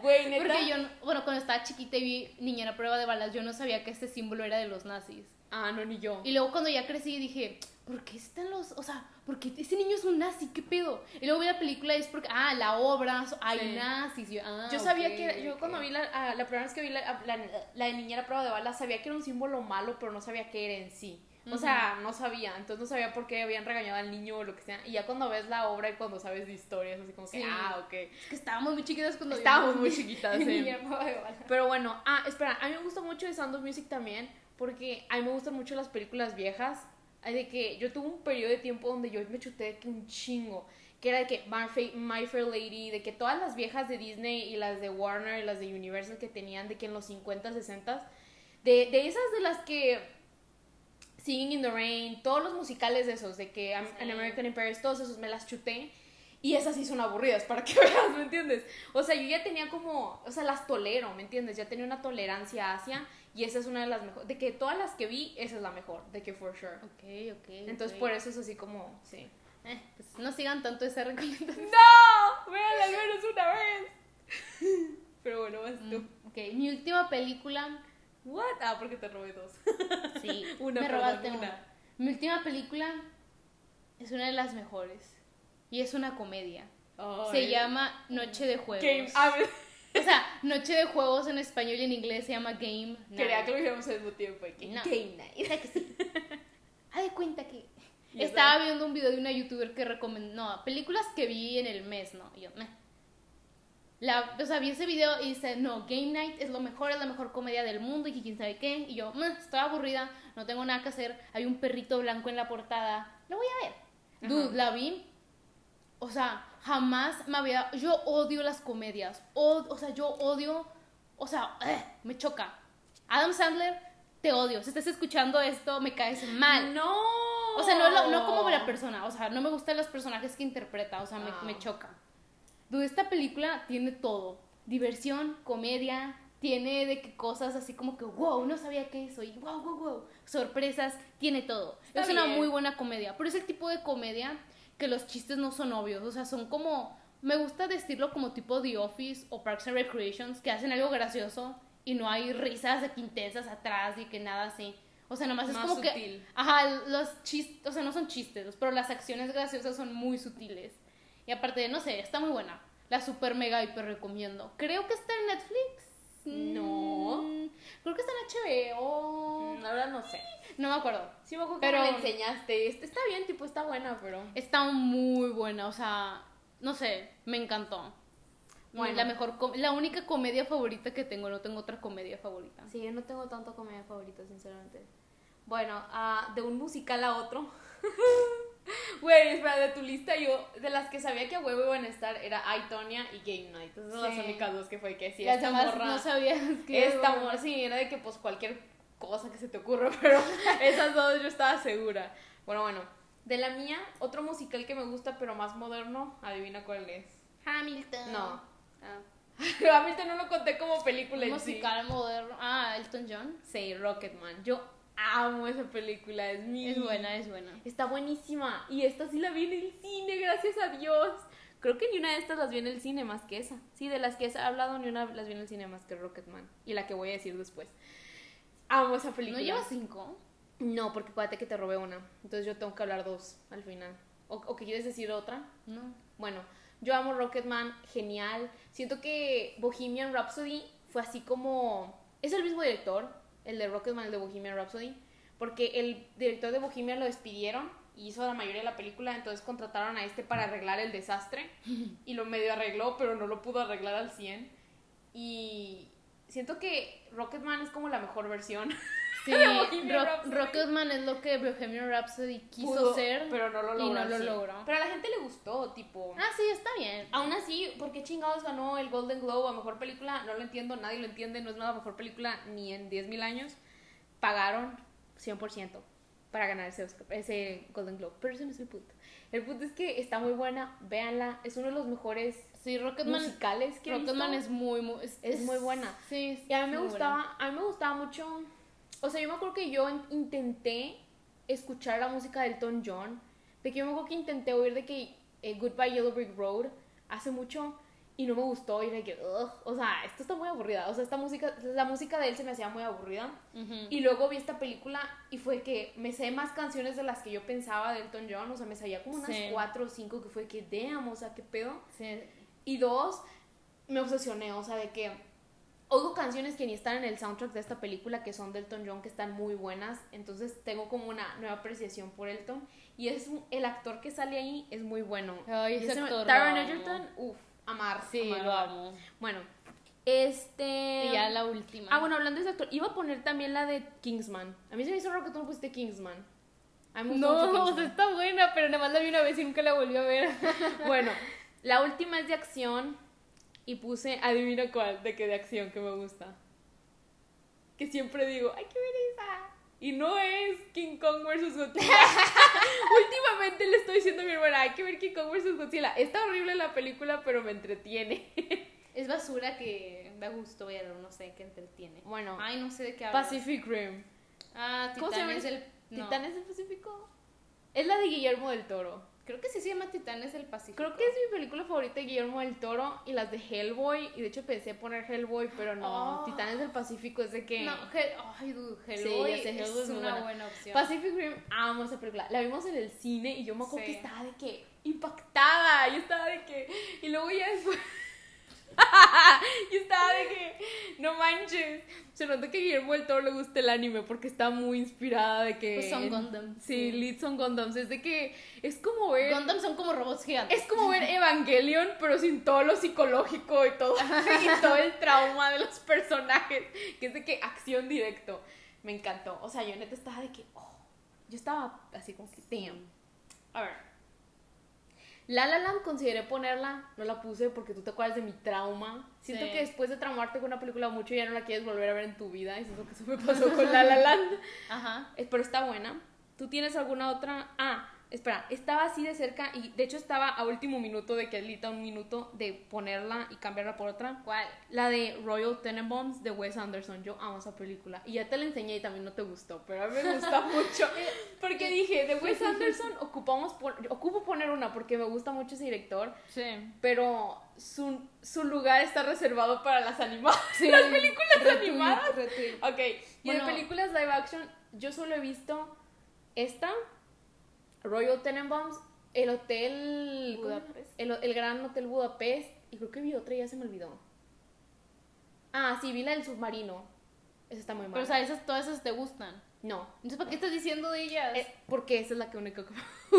Speaker 1: Güey, neta.
Speaker 2: Porque yo, no- bueno, cuando estaba chiquita y vi Niñera Prueba de Balas, yo no sabía que este símbolo era de los nazis.
Speaker 1: Ah, no, ni yo.
Speaker 2: Y luego cuando ya crecí dije, ¿por qué están los, o sea, por qué ese niño es un nazi? ¿Qué pedo? Y luego vi la película y es porque, ah, la obra, so- hay
Speaker 1: Sí.
Speaker 2: nazis. Yo, ah,
Speaker 1: Yo sabía
Speaker 2: ok,
Speaker 1: que, era- yo
Speaker 2: ok.
Speaker 1: cuando vi la, a- la primera vez que vi la, la, la de niñera prueba de balas, sabía que era un símbolo malo, pero no sabía qué era en sí. O sea, no sabía, entonces no sabía por qué habían regañado al niño o lo que sea. Y ya cuando ves la obra y cuando sabes de historias, así como
Speaker 2: Sí.
Speaker 1: que, ah, ok.
Speaker 2: Es que estábamos muy chiquitas cuando
Speaker 1: Estábamos muy
Speaker 2: vimos
Speaker 1: chiquitas, ¿eh? sí.
Speaker 2: Niñera Prueba de Balas.
Speaker 1: Pero bueno, ah, espera, a mí me gusta mucho de Sound of Music también, porque a mí me gustan mucho las películas viejas. Ay, De que yo tuve un periodo de tiempo donde yo me chuté de que un chingo, que era de que My Fa- My Fair Lady, de que todas las viejas de Disney y las de Warner y las de Universal que tenían de que en los 50, 60, de, de esas de las que Singing in the Rain, todos los musicales de esos, de que Am- An American in Paris, todos esos me las chuté. Y esas sí son aburridas, para que veas, ¿me entiendes? O sea, yo ya tenía como, o sea, las tolero, ¿me entiendes? Ya tenía una tolerancia hacia y esa es una de las mejores, de que todas las que vi, esa es la mejor, de que for sure.
Speaker 2: Ok, ok.
Speaker 1: Entonces,
Speaker 2: ok.
Speaker 1: por eso es así como, sí.
Speaker 2: Eh, pues no sigan tanto esa recomendación.
Speaker 1: ¡No! Véanla al menos una vez. Pero bueno, vas tú.
Speaker 2: Ok, mi última película.
Speaker 1: What? Ah, porque te robé dos.
Speaker 2: Sí,
Speaker 1: Una,
Speaker 2: me
Speaker 1: perdón,
Speaker 2: robaste
Speaker 1: una.
Speaker 2: una. Mi última película es una de las mejores. Y es una comedia. Se
Speaker 1: Ay.
Speaker 2: llama Noche de Juegos.
Speaker 1: Game. Ah,
Speaker 2: O sea, Noche de Juegos en español y en inglés se llama Game Night.
Speaker 1: quería que lo dijéramos al mismo tiempo. de que
Speaker 2: No.
Speaker 1: Game night.
Speaker 2: O sea que sí. Haz de cuenta que
Speaker 1: Y
Speaker 2: estaba viendo un video de una youtuber que recomendó no, películas que vi en el mes, no, Y yo. meh. La, o sea, vi ese video y dice, "No, Game Night es lo mejor, es la mejor comedia del mundo y que quién sabe qué." Y yo, meh, estaba aburrida, no tengo nada que hacer, hay un perrito blanco en la portada. Lo voy a ver. Dude,
Speaker 1: Ajá.
Speaker 2: la vi. O sea, jamás me había yo odio las comedias. O, o sea, yo odio, o sea, ugh, me choca. Adam Sandler, te odio. Si estás escuchando esto, me caes mal.
Speaker 1: No.
Speaker 2: O sea, no, lo- no como la persona, o sea, no me gustan los personajes que interpreta, o sea, me,
Speaker 1: Ah.
Speaker 2: me choca. Dude, esta película tiene todo. Diversión, comedia, tiene de que cosas así como que, wow, no sabía que eso, y wow, wow, wow, sorpresas, tiene todo.
Speaker 1: Está
Speaker 2: es una
Speaker 1: bien.
Speaker 2: muy buena comedia, pero es el tipo de comedia que los chistes no son obvios, o sea, son como, me gusta decirlo como tipo The Office o Parks and Recreations, que hacen algo gracioso y no hay risas de que intensas atrás y que nada así. O sea, nomás
Speaker 1: Más
Speaker 2: es como que
Speaker 1: sutil.
Speaker 2: Ajá, los chistes, o sea, no son chistes, pero las acciones graciosas son muy sutiles. Y aparte, no sé, está muy buena. La super mega hiper recomiendo. Creo que está en Netflix.
Speaker 1: No.
Speaker 2: Mm, Creo que está en HBO.
Speaker 1: Mm, La verdad no sé.
Speaker 2: No me acuerdo.
Speaker 1: Sí, me acuerdo que
Speaker 2: Pero-
Speaker 1: me la enseñaste. Este- Está bien, tipo, está buena, pero.
Speaker 2: Está muy buena, o sea, no sé, me encantó.
Speaker 1: Bueno.
Speaker 2: La mejor, com- la única comedia favorita que tengo, no tengo otra comedia favorita.
Speaker 1: Sí, yo no tengo tanto comedia favorita, sinceramente. Bueno, ah, de un musical a otro. Güey, espera, de tu lista yo, de las que sabía que a huevo iban a estar, era I, Tonya y Game Night. Esas son las
Speaker 2: Sí.
Speaker 1: únicas dos que fue que sí,
Speaker 2: Las
Speaker 1: esta
Speaker 2: demás
Speaker 1: morra.
Speaker 2: no sabía que
Speaker 1: esta morra, sí, era de que pues cualquier cosa que se te ocurra, pero esas dos yo estaba segura. Bueno, bueno. De la mía, otro musical que me gusta, pero más moderno, adivina cuál es.
Speaker 2: Hamilton.
Speaker 1: No.
Speaker 2: Ah.
Speaker 1: Hamilton no lo conté como película en sí.
Speaker 2: musical moderno. Ah, Elton John.
Speaker 1: Sí, Rocketman. Yo amo esa película, es mi...
Speaker 2: Es buena, es buena.
Speaker 1: Está buenísima. Y esta sí la vi en el cine, gracias a Dios. Creo que ni una de estas las vi en el cine más que esa. Sí, de las que he hablado, ni una las vi en el cine más que Rocketman. Y la que voy a decir después. Amo esa
Speaker 2: ¿No
Speaker 1: película.
Speaker 2: lleva cinco?
Speaker 1: No, porque acuérdate que te robé una. Entonces yo tengo que hablar dos al final. ¿O, o que quieres decir otra?
Speaker 2: No.
Speaker 1: Bueno, yo amo Rocketman, genial. Siento que Bohemian Rhapsody fue así como... Es el mismo director, el de Rocketman, el de Bohemian Rhapsody, porque el director de Bohemian lo despidieron y hizo la mayoría de la película, entonces contrataron a este para arreglar el desastre y lo medio arregló, pero no lo pudo arreglar al 100. Y siento que Rocketman es como la mejor versión.
Speaker 2: Sí,
Speaker 1: Bohemian
Speaker 2: Rock-
Speaker 1: Rhapsody.
Speaker 2: Rocketman es lo que Bohemian Rhapsody quiso
Speaker 1: Pudo,
Speaker 2: ser.
Speaker 1: pero no lo
Speaker 2: y
Speaker 1: logró.
Speaker 2: no lo
Speaker 1: sí.
Speaker 2: logró.
Speaker 1: Pero a la gente le gustó, tipo.
Speaker 2: Ah, sí, está bien.
Speaker 1: Aún así, ¿por qué chingados ganó el Golden Globe a mejor película? No lo entiendo, nadie lo entiende, no es la mejor película ni en 10.000 años. Pagaron 100% para ganar ese, Oscar- ese Golden Globe, pero ese no es el punto. El punto es que está muy buena, véanla, es uno de los mejores
Speaker 2: Sí, Rocketman,
Speaker 1: musicales que he
Speaker 2: Rocketman
Speaker 1: visto.
Speaker 2: es muy, muy es,
Speaker 1: Es muy buena.
Speaker 2: Sí, es
Speaker 1: Y a mí me
Speaker 2: muy
Speaker 1: gustaba, a mí me gustaba mucho. O sea, yo me acuerdo que yo in- intenté escuchar la música del Elton John, de que yo me acuerdo que intenté oír de que eh, Goodbye Yellow Brick Road hace mucho y no me gustó y era de que, "Ugh", o sea, esto está muy aburrida, o sea, esta música, la música de él se me hacía muy aburrida.
Speaker 2: buena. Ujú.
Speaker 1: Y luego vi esta película y fue que me sé más canciones de las que yo pensaba de Elton John, o sea, me sabía como unas
Speaker 2: Sí.
Speaker 1: cuatro o cinco que fue que, damn, o sea, qué pedo.
Speaker 2: Sí.
Speaker 1: Y dos, me obsesioné, o sea, de que oigo canciones que ni están en el soundtrack de esta película, que son de Elton John, que están muy buenas. Entonces tengo como una nueva apreciación por Elton. Y es un- el actor que sale ahí es muy bueno.
Speaker 2: Ay,
Speaker 1: Y
Speaker 2: ese
Speaker 1: me-
Speaker 2: actor lo
Speaker 1: Taron
Speaker 2: amo.
Speaker 1: Egerton, uff, amar.
Speaker 2: Sí,
Speaker 1: amar,
Speaker 2: lo
Speaker 1: amar.
Speaker 2: amo.
Speaker 1: Bueno, este...
Speaker 2: Y ya la última.
Speaker 1: Ah, bueno, hablando de ese actor, iba a poner también la de Kingsman. A mí se me hizo raro que tú no pusiste Kingsman. A mí me gustó mucho
Speaker 2: No, o
Speaker 1: Kingsman.
Speaker 2: sea, está buena, pero nada más la vi una vez y nunca la volví a ver.
Speaker 1: Bueno, la última es de acción y puse, adivina cuál, de que de acción que me gusta. Que siempre digo, ¡ay, qué belleza! Y no es King Kong vs. Godzilla. Últimamente le estoy diciendo a mi hermana, hay que ver King Kong vs. Godzilla. Está horrible la película, pero me entretiene.
Speaker 2: Es basura que da gusto ver, o no sé, que entretiene.
Speaker 1: Bueno,
Speaker 2: Ay, no sé de qué hablas.
Speaker 1: Pacific Rim.
Speaker 2: Ah,
Speaker 1: ¿Cómo se llama
Speaker 2: Titanes
Speaker 1: ese?
Speaker 2: del... no.
Speaker 1: ¿Titanes del Pacífico? Es la de Guillermo del Toro.
Speaker 2: Creo que sí se llama Titanes del Pacífico.
Speaker 1: Creo que es mi película favorita de Guillermo del Toro y las de Hellboy. Y de hecho pensé poner Hellboy, pero no.
Speaker 2: Oh.
Speaker 1: Titanes del Pacífico es de que.
Speaker 2: No, Hel- ay, dude, Hellboy
Speaker 1: ya sé, Hellboy
Speaker 2: es
Speaker 1: es muy
Speaker 2: una
Speaker 1: buena.
Speaker 2: buena, opción.
Speaker 1: Pacific Rim, amo esa película. La vimos en el cine y yo me acuerdo
Speaker 2: Sí.
Speaker 1: que estaba de que impactada. Yo estaba de que. Y luego ya después. yo estaba de que. No manches. Se nota que a Guillermo del Toro le gusta el anime porque está muy inspirada de que.
Speaker 2: Pues son Gundams,
Speaker 1: Sí,
Speaker 2: sí.
Speaker 1: Leeds son Gundams. Es de que. Es como ver.
Speaker 2: Gundam son como robots gigantes.
Speaker 1: Es como ver Evangelion, pero sin todo lo psicológico y todo, y todo el trauma de los personajes, que es de que acción directo. Me encantó. O sea, yo neta estaba de que, oh, yo estaba así como que, damn. A ver. La La Land consideré ponerla, no la puse porque tú te acuerdas de mi trauma. Siento
Speaker 2: Sí.
Speaker 1: que después de traumarte con una película mucho ya no la quieres volver a ver en tu vida, y eso es lo que se me pasó con La La Land.
Speaker 2: Ajá.
Speaker 1: Eh, pero está buena. ¿Tú tienes alguna otra? Ah, espera, estaba así de cerca y de hecho estaba a último minuto de que Alita un minuto de ponerla y cambiarla por otra.
Speaker 2: ¿Cuál?
Speaker 1: La de Royal Tenenbaums de Wes Anderson. Yo amo esa película. Y ya te la enseñé y también no te gustó, pero a mí me gusta mucho. Porque dije, de Wes Anderson ocupamos pon- ocupo poner una porque me gusta mucho ese director,
Speaker 2: Sí.
Speaker 1: pero su, su lugar está reservado para las animadas. Las películas animadas. Ok, y
Speaker 2: Bueno.
Speaker 1: de películas live action, yo solo he visto esta, Royal Tenenbaums, el hotel... ¿cómo se llama?
Speaker 2: Budapest.
Speaker 1: El, el Gran Hotel Budapest, y creo que vi otra y ya se me olvidó. Ah, sí, vi la del submarino. Esa está muy mal.
Speaker 2: Pero, o sea, esas, todas esas te gustan.
Speaker 1: no,
Speaker 2: Entonces, ¿para qué estás diciendo de ellas?
Speaker 1: eh, porque esa es la que única que...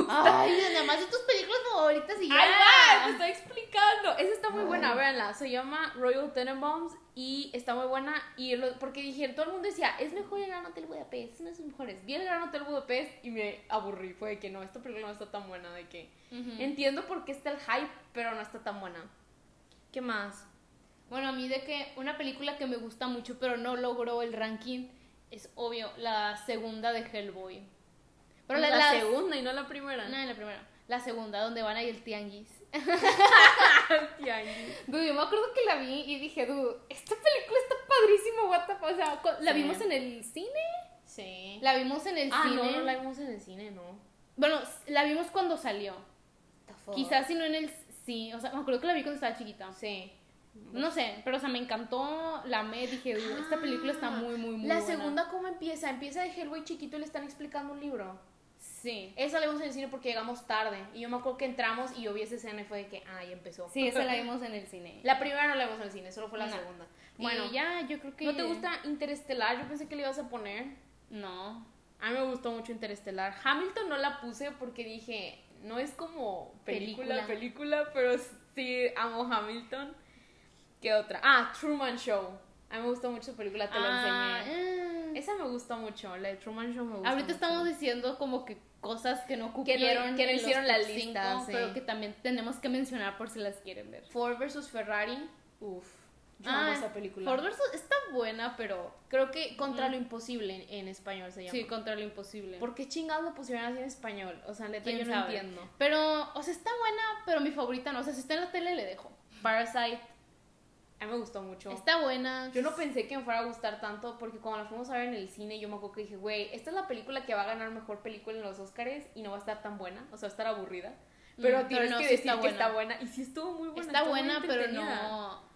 Speaker 2: Ay, nada más de tus películas favoritas y ya.
Speaker 1: ¡Ay, va! Te estoy explicando. Esa está muy buena, véanla. Se llama Royal Tenenbaums y está muy buena. Y lo- porque dije, todo el mundo decía, es mejor el Gran Hotel Budapest, es una de sus mejores. Vi el Gran Hotel Budapest y me aburrí. Fue de que no, esta película no está tan buena. De que
Speaker 2: Ujú.
Speaker 1: entiendo por qué está el hype, pero no está tan buena. ¿Qué más?
Speaker 2: Bueno, a mí de que una película que me gusta mucho, pero no logró el ranking, es obvio, la segunda de Hellboy. Pero la, la-
Speaker 1: segunda y Pues no la primera.
Speaker 2: No, la primera. La segunda, donde van ahí el tianguis.
Speaker 1: Tianguis.
Speaker 2: Dude, yo me acuerdo que la vi y dije, dude, esta película está padrísima, what the fuck. O sea, cu- la
Speaker 1: Sí.
Speaker 2: vimos en el cine.
Speaker 1: Sí.
Speaker 2: La vimos en el
Speaker 1: ah,
Speaker 2: cine.
Speaker 1: no, no la vimos en el cine, no.
Speaker 2: Bueno, la vimos cuando salió.
Speaker 3: The fuck.
Speaker 2: Quizás si no en el sí, o sea, me acuerdo que la vi cuando estaba chiquita.
Speaker 1: Sí.
Speaker 2: No sé, pero o sea, me encantó, la amé, dije, "Uh, esta película está muy, muy, muy
Speaker 1: La
Speaker 2: buena".
Speaker 1: segunda, ¿cómo empieza? Empieza de Hellboy chiquito y le están explicando un libro.
Speaker 2: Sí.
Speaker 1: Esa la vimos en el cine porque llegamos tarde. Y yo me acuerdo que entramos y yo vi esa escena y fue de que, ah, ya empezó.
Speaker 2: Sí, esa la vimos en el cine.
Speaker 1: La primera no la vimos en el cine, solo fue la
Speaker 2: No.
Speaker 1: segunda.
Speaker 2: Bueno,
Speaker 1: Bueno,
Speaker 2: ya, yo creo que
Speaker 1: ¿no te gusta Interestelar? Yo pensé que le ibas a poner.
Speaker 2: No.
Speaker 1: A mí me gustó mucho Interestelar. Hamilton no la puse porque dije, no es como película, película,
Speaker 2: Película.
Speaker 1: pero sí amo Hamilton. ¿Qué otra? Ah, Truman Show. A mí me gustó mucho esa película, te la
Speaker 2: Ah,
Speaker 1: enseñé.
Speaker 2: mm.
Speaker 1: Esa me gusta mucho, la de Truman Show me gusta.
Speaker 2: Ahorita
Speaker 1: mucho.
Speaker 2: estamos diciendo como que cosas que no cupieron
Speaker 1: que no
Speaker 2: en los
Speaker 1: hicieron la
Speaker 2: top
Speaker 1: lista,
Speaker 2: cinco,
Speaker 1: sí.
Speaker 2: pero que también tenemos que mencionar por si las quieren ver.
Speaker 1: Ford versus Ferrari. Uf. Yo amo
Speaker 2: Ah,
Speaker 1: esa película. Mm.
Speaker 2: Ford versus está buena, pero
Speaker 1: Creo que Contra lo Imposible en, en español se llama.
Speaker 2: sí, contra lo imposible.
Speaker 1: ¿Por qué chingados lo pusieron así en español? O sea, neta,
Speaker 2: ¿Quién
Speaker 1: yo no
Speaker 2: sabe?
Speaker 1: entiendo.
Speaker 2: Pero, o sea, está buena, pero mi favorita no. O sea, si está en la tele, le dejo.
Speaker 1: Parasite. A mí me gustó mucho.
Speaker 2: Está buena.
Speaker 1: Yo no pensé que me fuera a gustar tanto porque cuando la fuimos a ver en el cine yo me acuerdo que dije, güey, esta es la película que va a ganar mejor película en los Oscars y no va a estar tan buena, o sea, va a estar aburrida. Pero
Speaker 2: Mm,
Speaker 1: tienes
Speaker 2: pero no,
Speaker 1: que
Speaker 2: sí
Speaker 1: decir
Speaker 2: está
Speaker 1: que
Speaker 2: buena.
Speaker 1: está buena y sí estuvo muy buena.
Speaker 2: está
Speaker 1: estuvo muy
Speaker 2: buena, pero
Speaker 1: entretenida.
Speaker 2: no.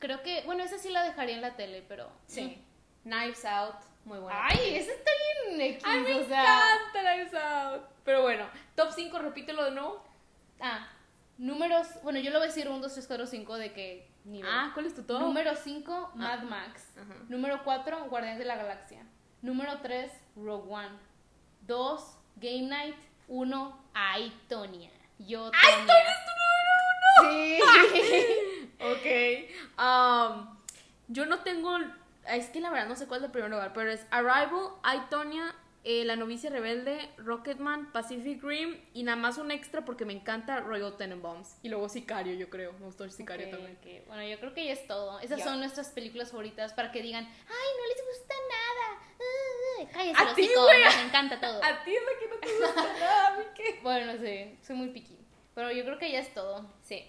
Speaker 2: Creo que, bueno, esa sí la dejaría en la tele, pero.
Speaker 1: Sí. Knives Out, muy buena.
Speaker 2: Ay, esa está bien X.
Speaker 1: Ay, me
Speaker 2: o sea.
Speaker 1: encanta Knives Out. Pero bueno, top 5, repítelo de nuevo.
Speaker 2: Ah, números. Bueno, yo lo voy a decir 1, 2, 3, 4, 5 de que nivel.
Speaker 1: Ah, ¿cuál es tu top?
Speaker 2: Número 5, Mad Max.
Speaker 1: Ah, Ajá.
Speaker 2: Número 4, Guardianes de la Galaxia. Número 3, Rogue One. 2, Game Night. 1, Aitonia. Yo, Tonia.
Speaker 1: Sí. ok. Um, yo no tengo. Es que la verdad no sé cuál es el primer lugar, pero es Arrival, I, Tonya, eh, La novicia rebelde, Rocketman, Pacific Rim y nada más un extra porque me encanta Royal Tenenbaums. Y luego Sicario, yo creo. Me gustó Sicario
Speaker 2: Ok,
Speaker 1: también.
Speaker 2: ok. Bueno, yo creo que ya es todo. Esas
Speaker 1: Ya.
Speaker 2: son nuestras películas favoritas para que digan, ay, no les gusta nada. Uh, uh, cállese,
Speaker 1: A
Speaker 2: los
Speaker 1: ti,
Speaker 2: hocico,
Speaker 1: güey.
Speaker 2: nos encanta todo.
Speaker 1: A ti es la que no te gusta nada, ¿a mí qué?
Speaker 2: Bueno, sí, soy muy piqui. Pero yo creo que ya es todo.
Speaker 1: Sí.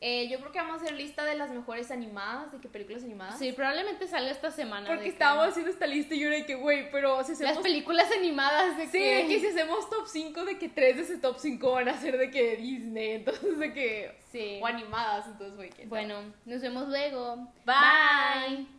Speaker 1: Eh, yo creo que vamos a hacer lista de las mejores animadas, de qué películas animadas.
Speaker 2: Sí, probablemente salga esta semana. de
Speaker 1: ¿Ah? Porque
Speaker 2: que-
Speaker 1: estábamos haciendo esta lista y yo era de que, güey, pero si
Speaker 2: Las
Speaker 1: hacemos
Speaker 2: películas animadas de
Speaker 1: Sí, de que si
Speaker 2: que...
Speaker 1: hacemos top 5, de que 3 de ese top 5 van a ser de que Disney, entonces de que...
Speaker 2: Sí.
Speaker 1: O animadas, entonces, güey, que...
Speaker 2: Bueno, nos vemos luego.
Speaker 1: Bye.
Speaker 2: Bye.